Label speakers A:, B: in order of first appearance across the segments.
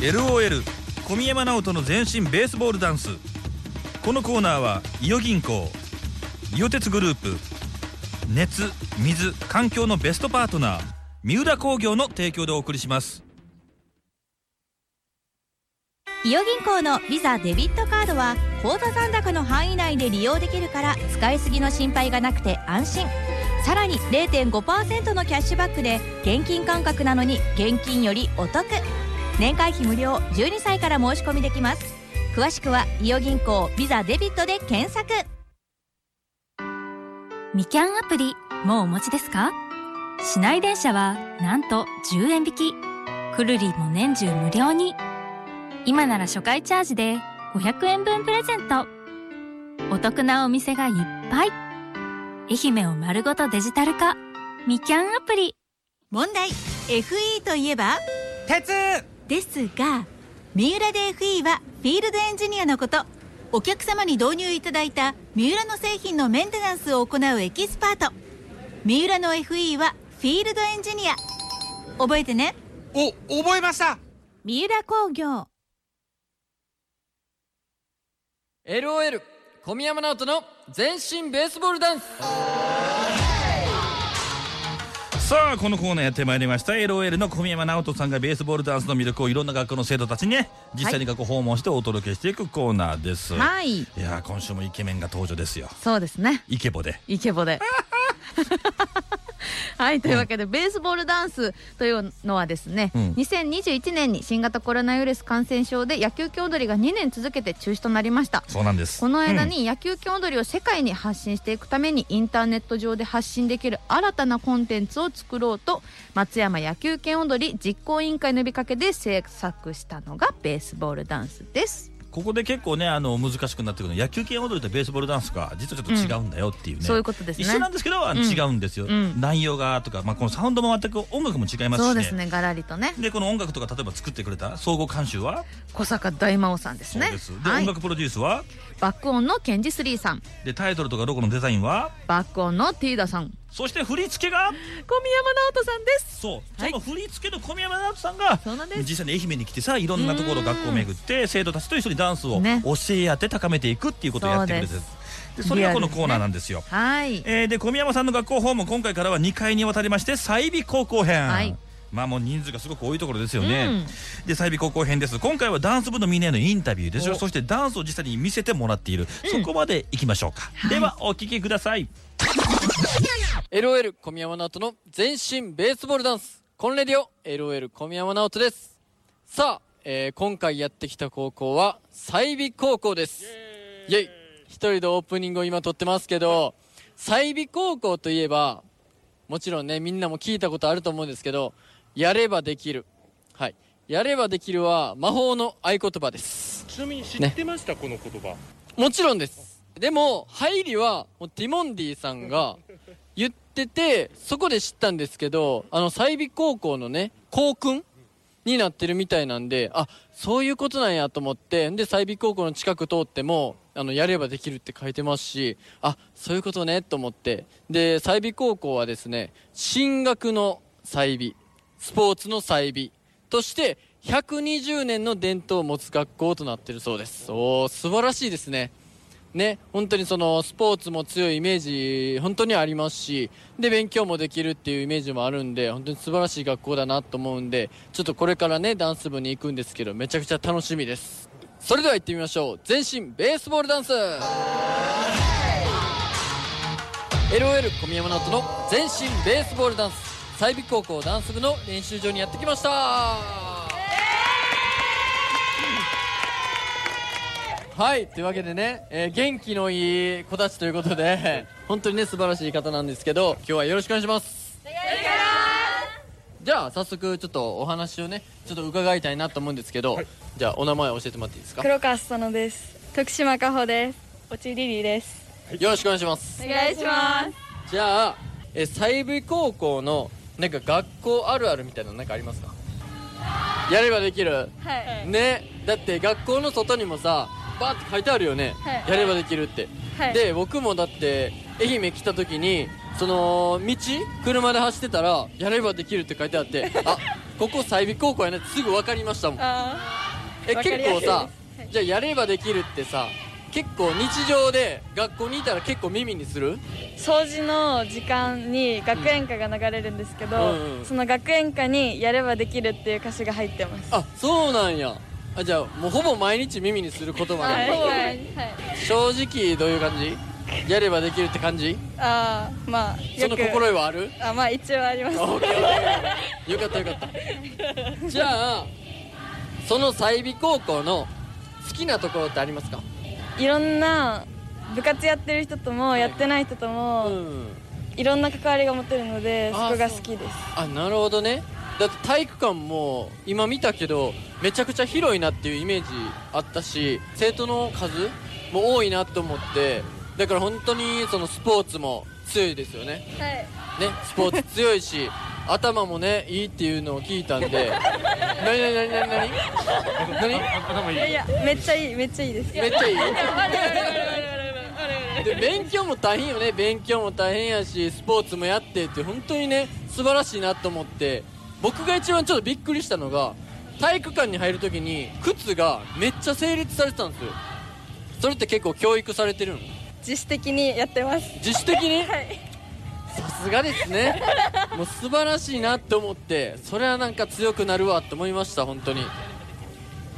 A: LOL 小宮山直人の全身ベースボールダンスこのコーナーは伊予銀行伊予鉄グループ熱水環境のベストパートナー三浦工業の提供でお送りします
B: 伊予銀行のビザデビットカードは口座残高の範囲内で利用できるから使いすぎの心配がなくて安心さらに0.5%のキャッシュバックで現金感覚なのに現金よりお得年会費無料12歳から申し込みできます詳しくは伊予銀行ビザデビットで検索
C: みきゃんアプリもうお持ちですか市内電車はなんと10円引きくるりも年中無料に今なら初回チャージで500円分プレゼントお得なお店がいっぱい愛媛を丸ごとデジタル化みきゃんアプリ
B: 問題 FE といえば
D: 鉄
B: ですが三浦で FE はフィールドエンジニアのことお客様に導入いただいた三浦の製品のメンテナンスを行うエキスパート三浦の FE はフィールドエンジニア覚えてね
D: お覚えました
B: 三浦工業
E: LOL 小宮山直人の全身ベースボールダンス
A: さあこのコーナーやってまいりました LOL の小宮山直人さんがベースボールダンスの魅力をいろんな学校の生徒たちにね実際に学校訪問してお届けしていくコーナーです、
F: はい
A: いやー今週もイケメンが登場ですよ
F: そうですね
A: イケボで
F: イケボで はいというわけで、ベースボールダンスというのはですね、
A: うん
F: 2021年に新型コロナウイルス感染症で野球競踊りが2年続けて中止となりました
A: そうなんです
F: この間に野球競踊りを世界に発信していくためにインターネット上で発信できる新たなコンテンツを作ろうと松山野球拳踊り実行委員会の呼びかけで制作したのがベースボールダンスです、
A: ここで結構ねあの難しくなってくるの野球系踊りとベースボールダンスが実はちょっと違うんだよっていうね、
F: そういうことですね
A: 一緒なんですけど、あの
F: うん
A: 違うんですよ、
F: うん
A: 内容がとか、まあ、このサウンドも全く音楽も違いますし、ね、
F: そうですねガラリとね
A: でこの音楽とか例えば作ってくれた総合監修は
F: 小坂大魔王さんです
A: そう
F: ね
A: です、で
F: はい
A: 音、楽プロデュースは
F: 爆音のケンジスリーさん
A: でタイトルとかロゴのデザインは
F: 爆音のティーダさん
A: そして振り付けが
F: 小宮山直人さんです
A: そう、
F: はい
A: その振り付けの小宮山直人さんが
F: そうなんです
A: 実際に愛媛に来てさいろんなところ学校を巡って生徒たちと一緒にダンスを
F: ね
A: 教え合って高めていくっていうことをやってくれてる
F: そう
A: でそれがこのコーナー
F: リ
A: な
F: ア
A: んですよ
F: はい
A: えーで小宮山さんの学校訪問今回からは2回にわたりまして済美高校編、
F: はい
A: まあもう人数がすごく多いところですよ
F: う
A: ね
F: ん、
A: で済美高校編です今回はダンス部のみんなへのインタビューでしょ
F: お
A: そしてダンスを実際に見せてもらっている、
F: うん
A: そこまでいきましょうか、ではお聞きください
E: LOL 小宮山直人の全身ベースボールダンスコンレディオ LOL 小宮山直人ですさあ、えー今回やってきた高校は済美高校ですイェイ一人でオープニングを今撮ってますけど済美高校といえばもちろんねみんなも聞いたことあると思うんですけどやればできるはいやればできるは魔法の合言葉です
G: ちなみに知ってました、この言葉
E: もちろんですでも入りはもうディモンディさんが言っててそこで知ったんですけどあの済美高校のね校訓になってるみたいなんであそういうことなんやと思ってで済美高校の近く通ってもあのやればできるって書いてますしあそういうことねと思ってで済美高校はですね進学の済美スポーツの済美として120年の伝統を持つ学校となってるそうですおー素晴らしいですねね、本当にそのスポーツも強いイメージ本当にありますしで勉強もできるっていうイメージもあるんで本当に素晴らしい学校だなと思うんでちょっとこれからねダンス部に行くんですけどめちゃくちゃ楽しみですそれでは行ってみましょう全身ベースボールダンス LOL 小宮山直人の全身ベースボールダンス済美高校ダンス部の練習場にやってきましたはいというわけでね、えー元気のいい子たちということで 本当にね素晴らしい方なんですけど今日はよろしくお願いしますじゃあ早速ちょっとお話をねちょっと伺いたいなと思うんですけど、じゃあお名前教えてもらっていいですかよ
H: 黒川すさのです徳島かほですおちりりです
E: ろしくお願いします
H: お願いします
E: じゃあ、えー、西部高校のなんか学校あるあるみたいなのなんかありますかやればできる
H: はい
E: ねだって学校の外にもさバーって書いてあるよね、
H: はい
E: やればできるって、
H: はい
E: で僕もだって愛媛来た 時にその道車で走ってたらやればできるって書いてあってあここ済美高校やなってすぐ分かりましたもん
H: あ
E: え
H: わか
E: 結
H: りやす
E: 構さ
H: いですはい
E: じゃあやればできるってさ結構日常で学校にいたら結構耳にする
H: ー掃除の時間に学演歌が流れるんですけど、
E: うんうん
H: その学演歌に「やればできる」っていう歌詞が入ってます
E: あそうなんやあじゃあもうほぼ毎日耳にする言葉な
H: は
E: ん
H: い、
E: や
H: はい、
E: 正直どういう感じやればできるって感じ
H: ああまあ
E: そ
H: よ
E: の
H: く
E: 心得はある
H: あまあ一応あります
E: あオッケーオッケーよかったよかったじゃあその済美高校の好きなところってありますか
H: いろんな部活やってる人ともやってない人とも、
E: うん
H: いろんな関わりが持てるのでそ
E: あー
H: こが好きです
E: あなるほどねだって体育館も今見たけどめちゃくちゃ広いなっていうイメージあったし生徒の数も多いなと思ってだから本当にそのスポーツも強いですよね
H: はい
E: ねスポーツ強いし 頭もねいいっていうのを聞いたんで 何何何何何何
G: 頭い
H: い
G: い
H: やいやめっちゃいいめっちゃいいです
E: めっちゃいい
H: あるあるあるある
E: で勉強も大変よね勉強も大変やしスポーツもやってって本当にね素晴らしいなと思って僕が一番ちょっとびっくりしたのが体育館に入るときに靴がめっちゃ整列されてたんですよそれって結構教育されてるの
H: 自主的にやってます
E: 自主的に
H: はい
E: さすがです ねもう素晴らしいなって思ってそれはなんか強くなるわって思いました本当に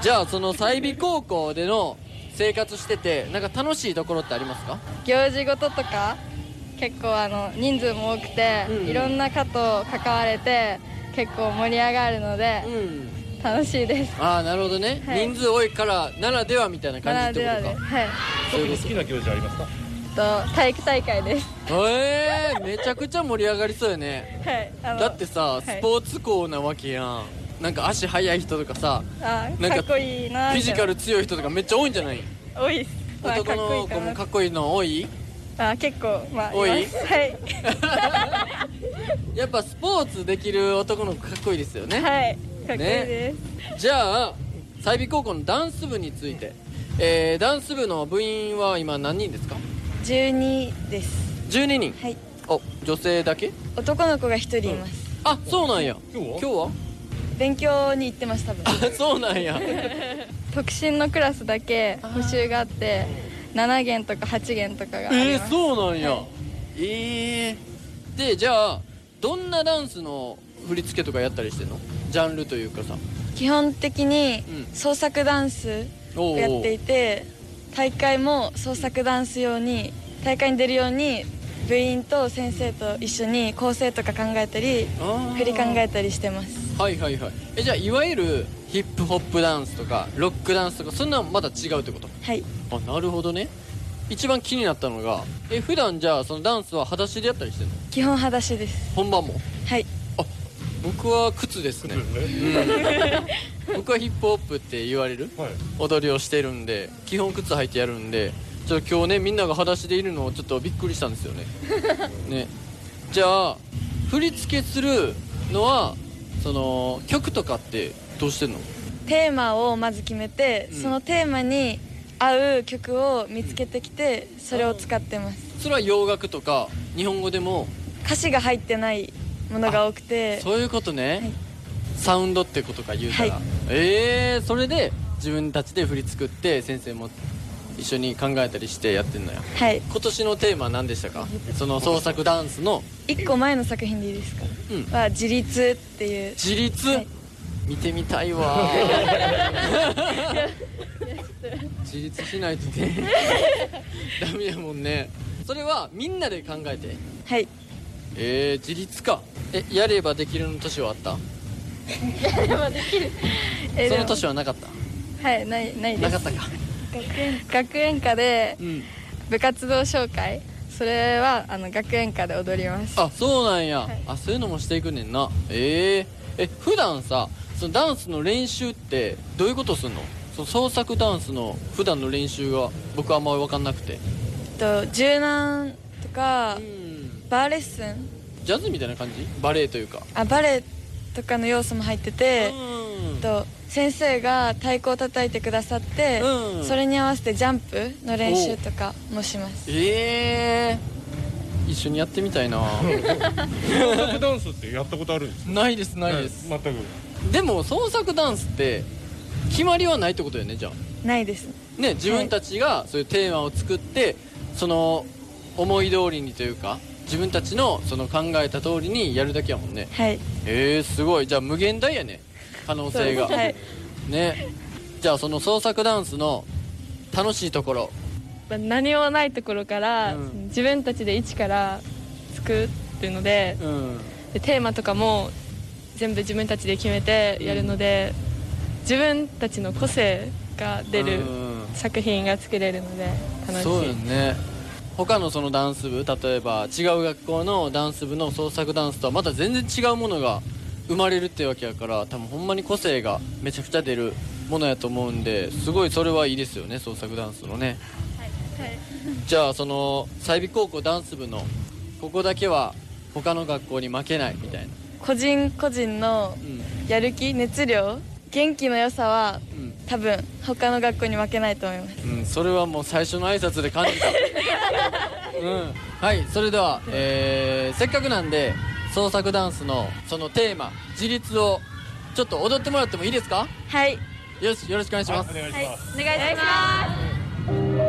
E: じゃあその済美高校での生活しててなんか楽しいところってありますか
H: 行事ごととか結構あの人数も多くて、
E: うん
H: いろんな方と関われて結構盛り上がるので、
E: ん
H: 楽しいです
E: ああなるほどね、
H: はい
E: 人数多いからならではみたいな感じって
H: なら
E: こ
H: で
E: と
H: は
E: か
H: ではい
E: そう
G: 特
E: いう
G: に
E: こ
G: 好きな行事ありますか
H: と体育大会です
E: とえー、めちゃくちゃ盛り上がりそうやね
H: はいあの
E: だってさ
H: い
E: スポーツ校なわけやんなんか足速い人とかさ
H: あ
E: なんか
H: かっこいいな
E: フィ
H: みた
E: ジ
H: いな
E: カル強い人とかめっちゃ多いんじゃない
H: 多いっす、まあ、か
E: 男
H: っこい
E: の
H: い
E: 子
H: か
E: も
H: な
E: かっこいいの多い
H: あ結構まあ
E: 多い
H: ますはい
E: やっぱスポーツできる男の子かっこいいですよね、
H: はいかっこいいです、
E: じゃあ済美高校のダンス部について、えー、ダンス部の部員は今何人ですか
H: 12です
E: 12人
H: はい
E: お女性だけ
H: 男の子が1人います、
E: あそうなんや
G: 今日は
E: 今日は
H: 勉強に行ってます多分
E: あそうなんや
H: 特進のクラスだけ補習があって7限とか8限とかがあ
E: え
H: り
E: え
H: ます、
E: そうなんや、ええでじゃあどんなダンスの振り付けとかやったりしてんのジャンルというかさ
H: 基本的に
E: うん
H: 創作ダンス
E: お
H: を
E: う
H: や
E: お
H: っ
E: う
H: ていて大会も創作ダンス用に大会に出るように部員と先生と一緒に構成とか考えたり
E: あー
H: 振り考えたりしてます
E: はいはいはいえじゃあいわゆるヒップホップダンスとかロックダンスとかそんなんまた違うってこと
H: はい
E: あなるほどね一番気になったのがえ普段じゃあそのダンスは裸足でやったりしてんの
H: 基本裸足です
E: 本番も
H: はい
E: あ僕は靴ですね、うん、 僕はヒップホップって言われる
G: はい
E: 踊りをしてるんで基本靴履いてやるんでちょっと今日ねみんなが裸足でいるのをちょっとびっくりしたんですよねねじゃあ振り付けするのはその曲とかってどうしてんの
H: テーマをまず決めて、
E: うん
H: そのテーマに合う曲を見つけてきてそれを使ってます
E: それは洋楽とか日本語でも
H: 歌詞が入ってないものが多くて
E: そういうことね、
H: はい
E: サウンドってことか言うたら、
H: はい
E: ええそれで自分たちで振り作って先生も一緒に考えたりしてやってんのや
H: はい
E: 今年のテーマは何でしたかその創作ダンスの
H: 一個前の作品でいいですか、
E: うん
H: は自立っていう
E: 自立、
H: はい
E: 見てみたい わ自立しないとね ダメやもんねそれはみんなで考えて
H: はい
E: えー、自立かえやればできるの年はあった
H: えー
E: そ
H: で
E: の
H: も
E: 年はなかった
H: はいないないで
E: な
H: す
E: かったか
H: 学園歌で
E: うん
H: 部活動紹介それはあの学園歌で踊ります
E: あそうなんや、
H: はい
E: あそういうのもしていくねんなえー、え普段さそのダンスの練習ってどういうことすんのその創作ダンスの普段の練習が僕あんまり分かんなくて
H: えっと柔軟とか
E: うん
H: バーレッスン
E: ジャズみたいな感じバレエというか
H: あバレエとかの要素も入ってて、えっ
E: う
H: と先生が太鼓を叩いてくださって、
E: うん
H: それに合わせてジャンプの練習とかもします
E: んえ一緒にやってみたいな
G: 創作ダンスってやったことあるんです か
E: ないですないです、
G: 全く
E: でも創作ダンスって決まりはないってことよねじゃあ
H: ないです
E: ね自分たちがそういうテーマを作ってその思い通りにというか自分たちのその考えた通りにやるだけやもんね
H: はい
E: えー、すごいじゃあ無限大やね可能
H: そう
E: 性
H: です
E: が、
H: はい
E: ねじゃあその創作ダンスの楽しいところ
D: まあ何もないところから、
E: うん
D: その自分たちで一から作るので
E: うん
D: でテーマとかも全部自分たちで決めてやるので、自分たちの個性が出
E: う
D: る
E: ん
D: 作品が作れるので楽しい
E: そうよね他のそのダンス部例えば違う学校のダンス部の創作ダンスとはまた全然違うものが生まれるってわけやから多分ほんまに個性がめちゃくちゃ出るものやと思うんですごいそれはいいですよね創作ダンスのねじゃあその済美高校ダンス部のここだけは他の学校に負けないみたいな
H: 個人個人の
E: うん
H: やる気熱量元気の良さは
E: うん
H: 多分他の学校に負けないと思います
E: うん、それはもう最初の挨拶で感じた、うん、はいそれでは、えーせっかくなんで創作ダンスのそのテーマ自立をちょっと踊ってもらってもいいですか
H: はい
E: よしよろしくお願いします
G: お願いします
H: お願いします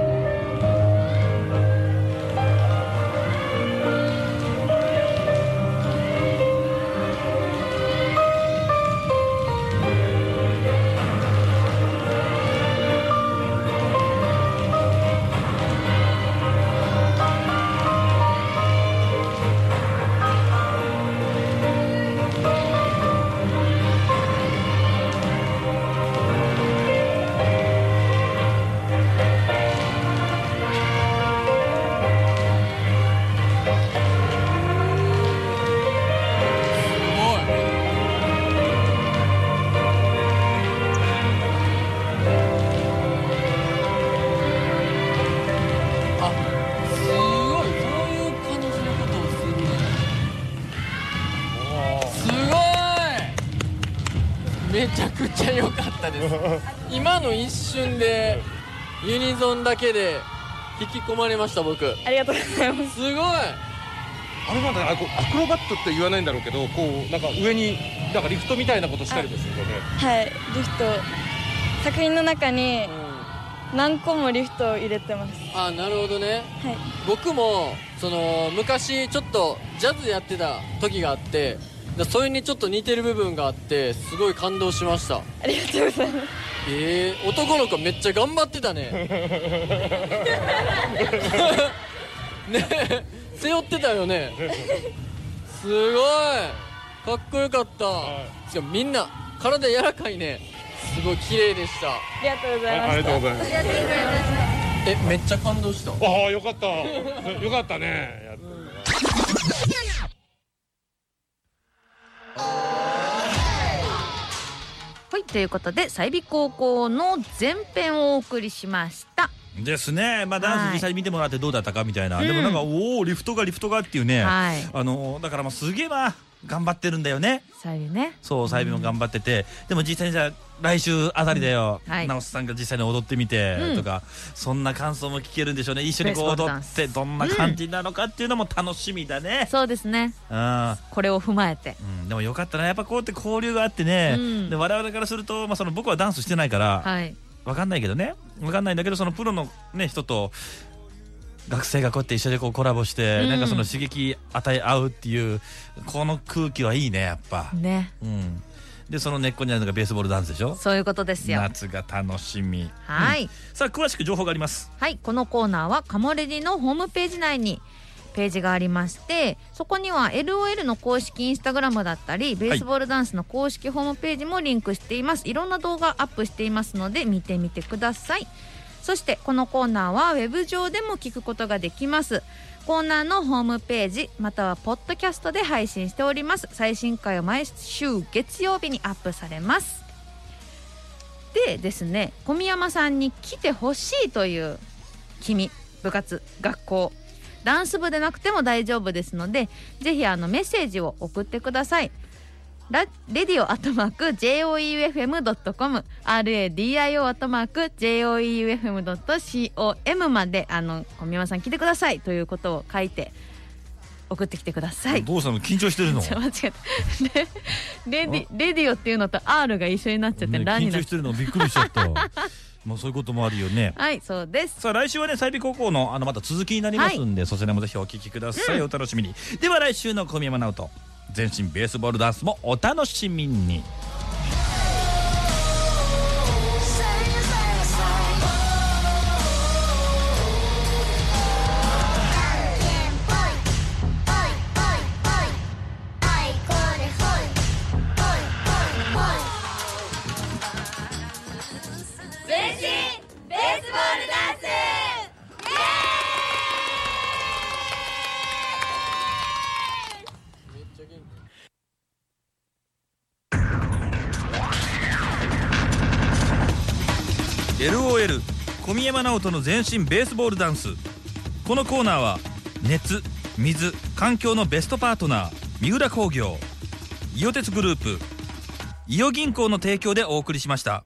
E: あすごいそういう感じのことをするねすごいめちゃくちゃ良かったです今の一瞬でユニゾンだけで引き込まれました僕
H: ありがとうございます
E: すごい
G: あれまだあこうアクロバットって言わないんだろうけどこうなんか上になんかリフトみたいなことしたりですよね
H: はいリフト作品の中に何個もリフトを入れてます
E: あなるほどね
H: はい
E: 僕もその昔ちょっとジャズやってた時があってだそれにちょっと似てる部分があってすごい感動しました
H: ありがとうございます
E: えー、男の子めっちゃ頑張ってた ねねえ背負ってたよねすごいかっこよかった、しかもみんな体柔らかいねすごい綺麗でした
H: ありがとうござい
G: はいあ
H: ま
G: りがとうございます
E: えめっちゃ感動した
G: ああよかったよかったねやっ
F: はいということで済美高校の前編をお送りしました
A: ですね、まあ、ダン
F: は
A: ス
F: い
A: 実際に見てもらってどうだったかみたいな、
F: うん
A: でもなんかおおリフトがリフトがっていうね、
F: はい
A: あのーだからまあすげえな頑張ってるんだよね
F: 済美ね
A: そうサイビも頑張ってて、でも実際にじゃあ来週あたりだよ、
F: うんはい
A: 直瀬さんが実際に踊ってみて
F: うん
A: とか、そんな感想も聞けるんでしょうね一緒にこう
F: ベースボール
A: 踊
F: ダン
A: っ
F: ス
A: てどんな感じなのかっていうのも楽しみだね、
F: そうですね
A: うん
F: これを踏まえて
A: うんでもよかったなやっぱこうやって交流があってね、
F: うん
A: で我々からすると、まあ、その僕はダンスしてないから、
F: はい
A: わかんないけどねわかんないんだけどそのプロの、ね、人と学生がこうやって一緒でこうコラボして、
F: うん
A: なんかその刺激与え合うっていうこの空気はいいねやっぱ、
F: ね
A: うん、でその根っこにあるのがベースボールダンスでしょ
F: そういうことですよ
A: 夏が楽しみ
F: はい、
A: さあ詳しく情報があります
F: はい、このコーナーはカモレディのホームページ内にページがありましてそこには LOL の公式インスタグラムだったりベースボールダンスの公式ホームページもリンクしています、い、ろんな動画アップしていますので見てみてくださいそしてこのコーナーはウェブ上でも聞くことができますコーナーのホームページまたはポッドキャストで配信しております最新回は毎週月曜日にアップされますでですね小宮山さんに来てほしいという君部活学校ダンス部でなくても大丈夫ですのでぜひあのメッセージを送ってくださいラレディオアットマーク JOEUFM.com RADIO アットマーク JOEUFM.com まであの小宮山さん来てくださいということを書いて送ってきてください。
A: どうしたの緊張してるの
F: ちょ間違えたレレディレディオっていうのと R が一緒になっちゃって、
A: ね
F: ラに
A: 緊
F: なっ
A: 張してるのびっくりしちゃった まあそういうこともあるよね
F: はいそうです
A: さあ来週はね済美高校のあのまた続きになりますんで、そちらもぜひお聞きください、お楽しみにでは来週の小宮山直人全身ベースボールダンスもお楽しみに LOL 小宮山直人の全身ベースボールダンスこのコーナーは熱水環境のベストパートナー三浦工業伊予鉄グループ伊予銀行の提供でお送りしました。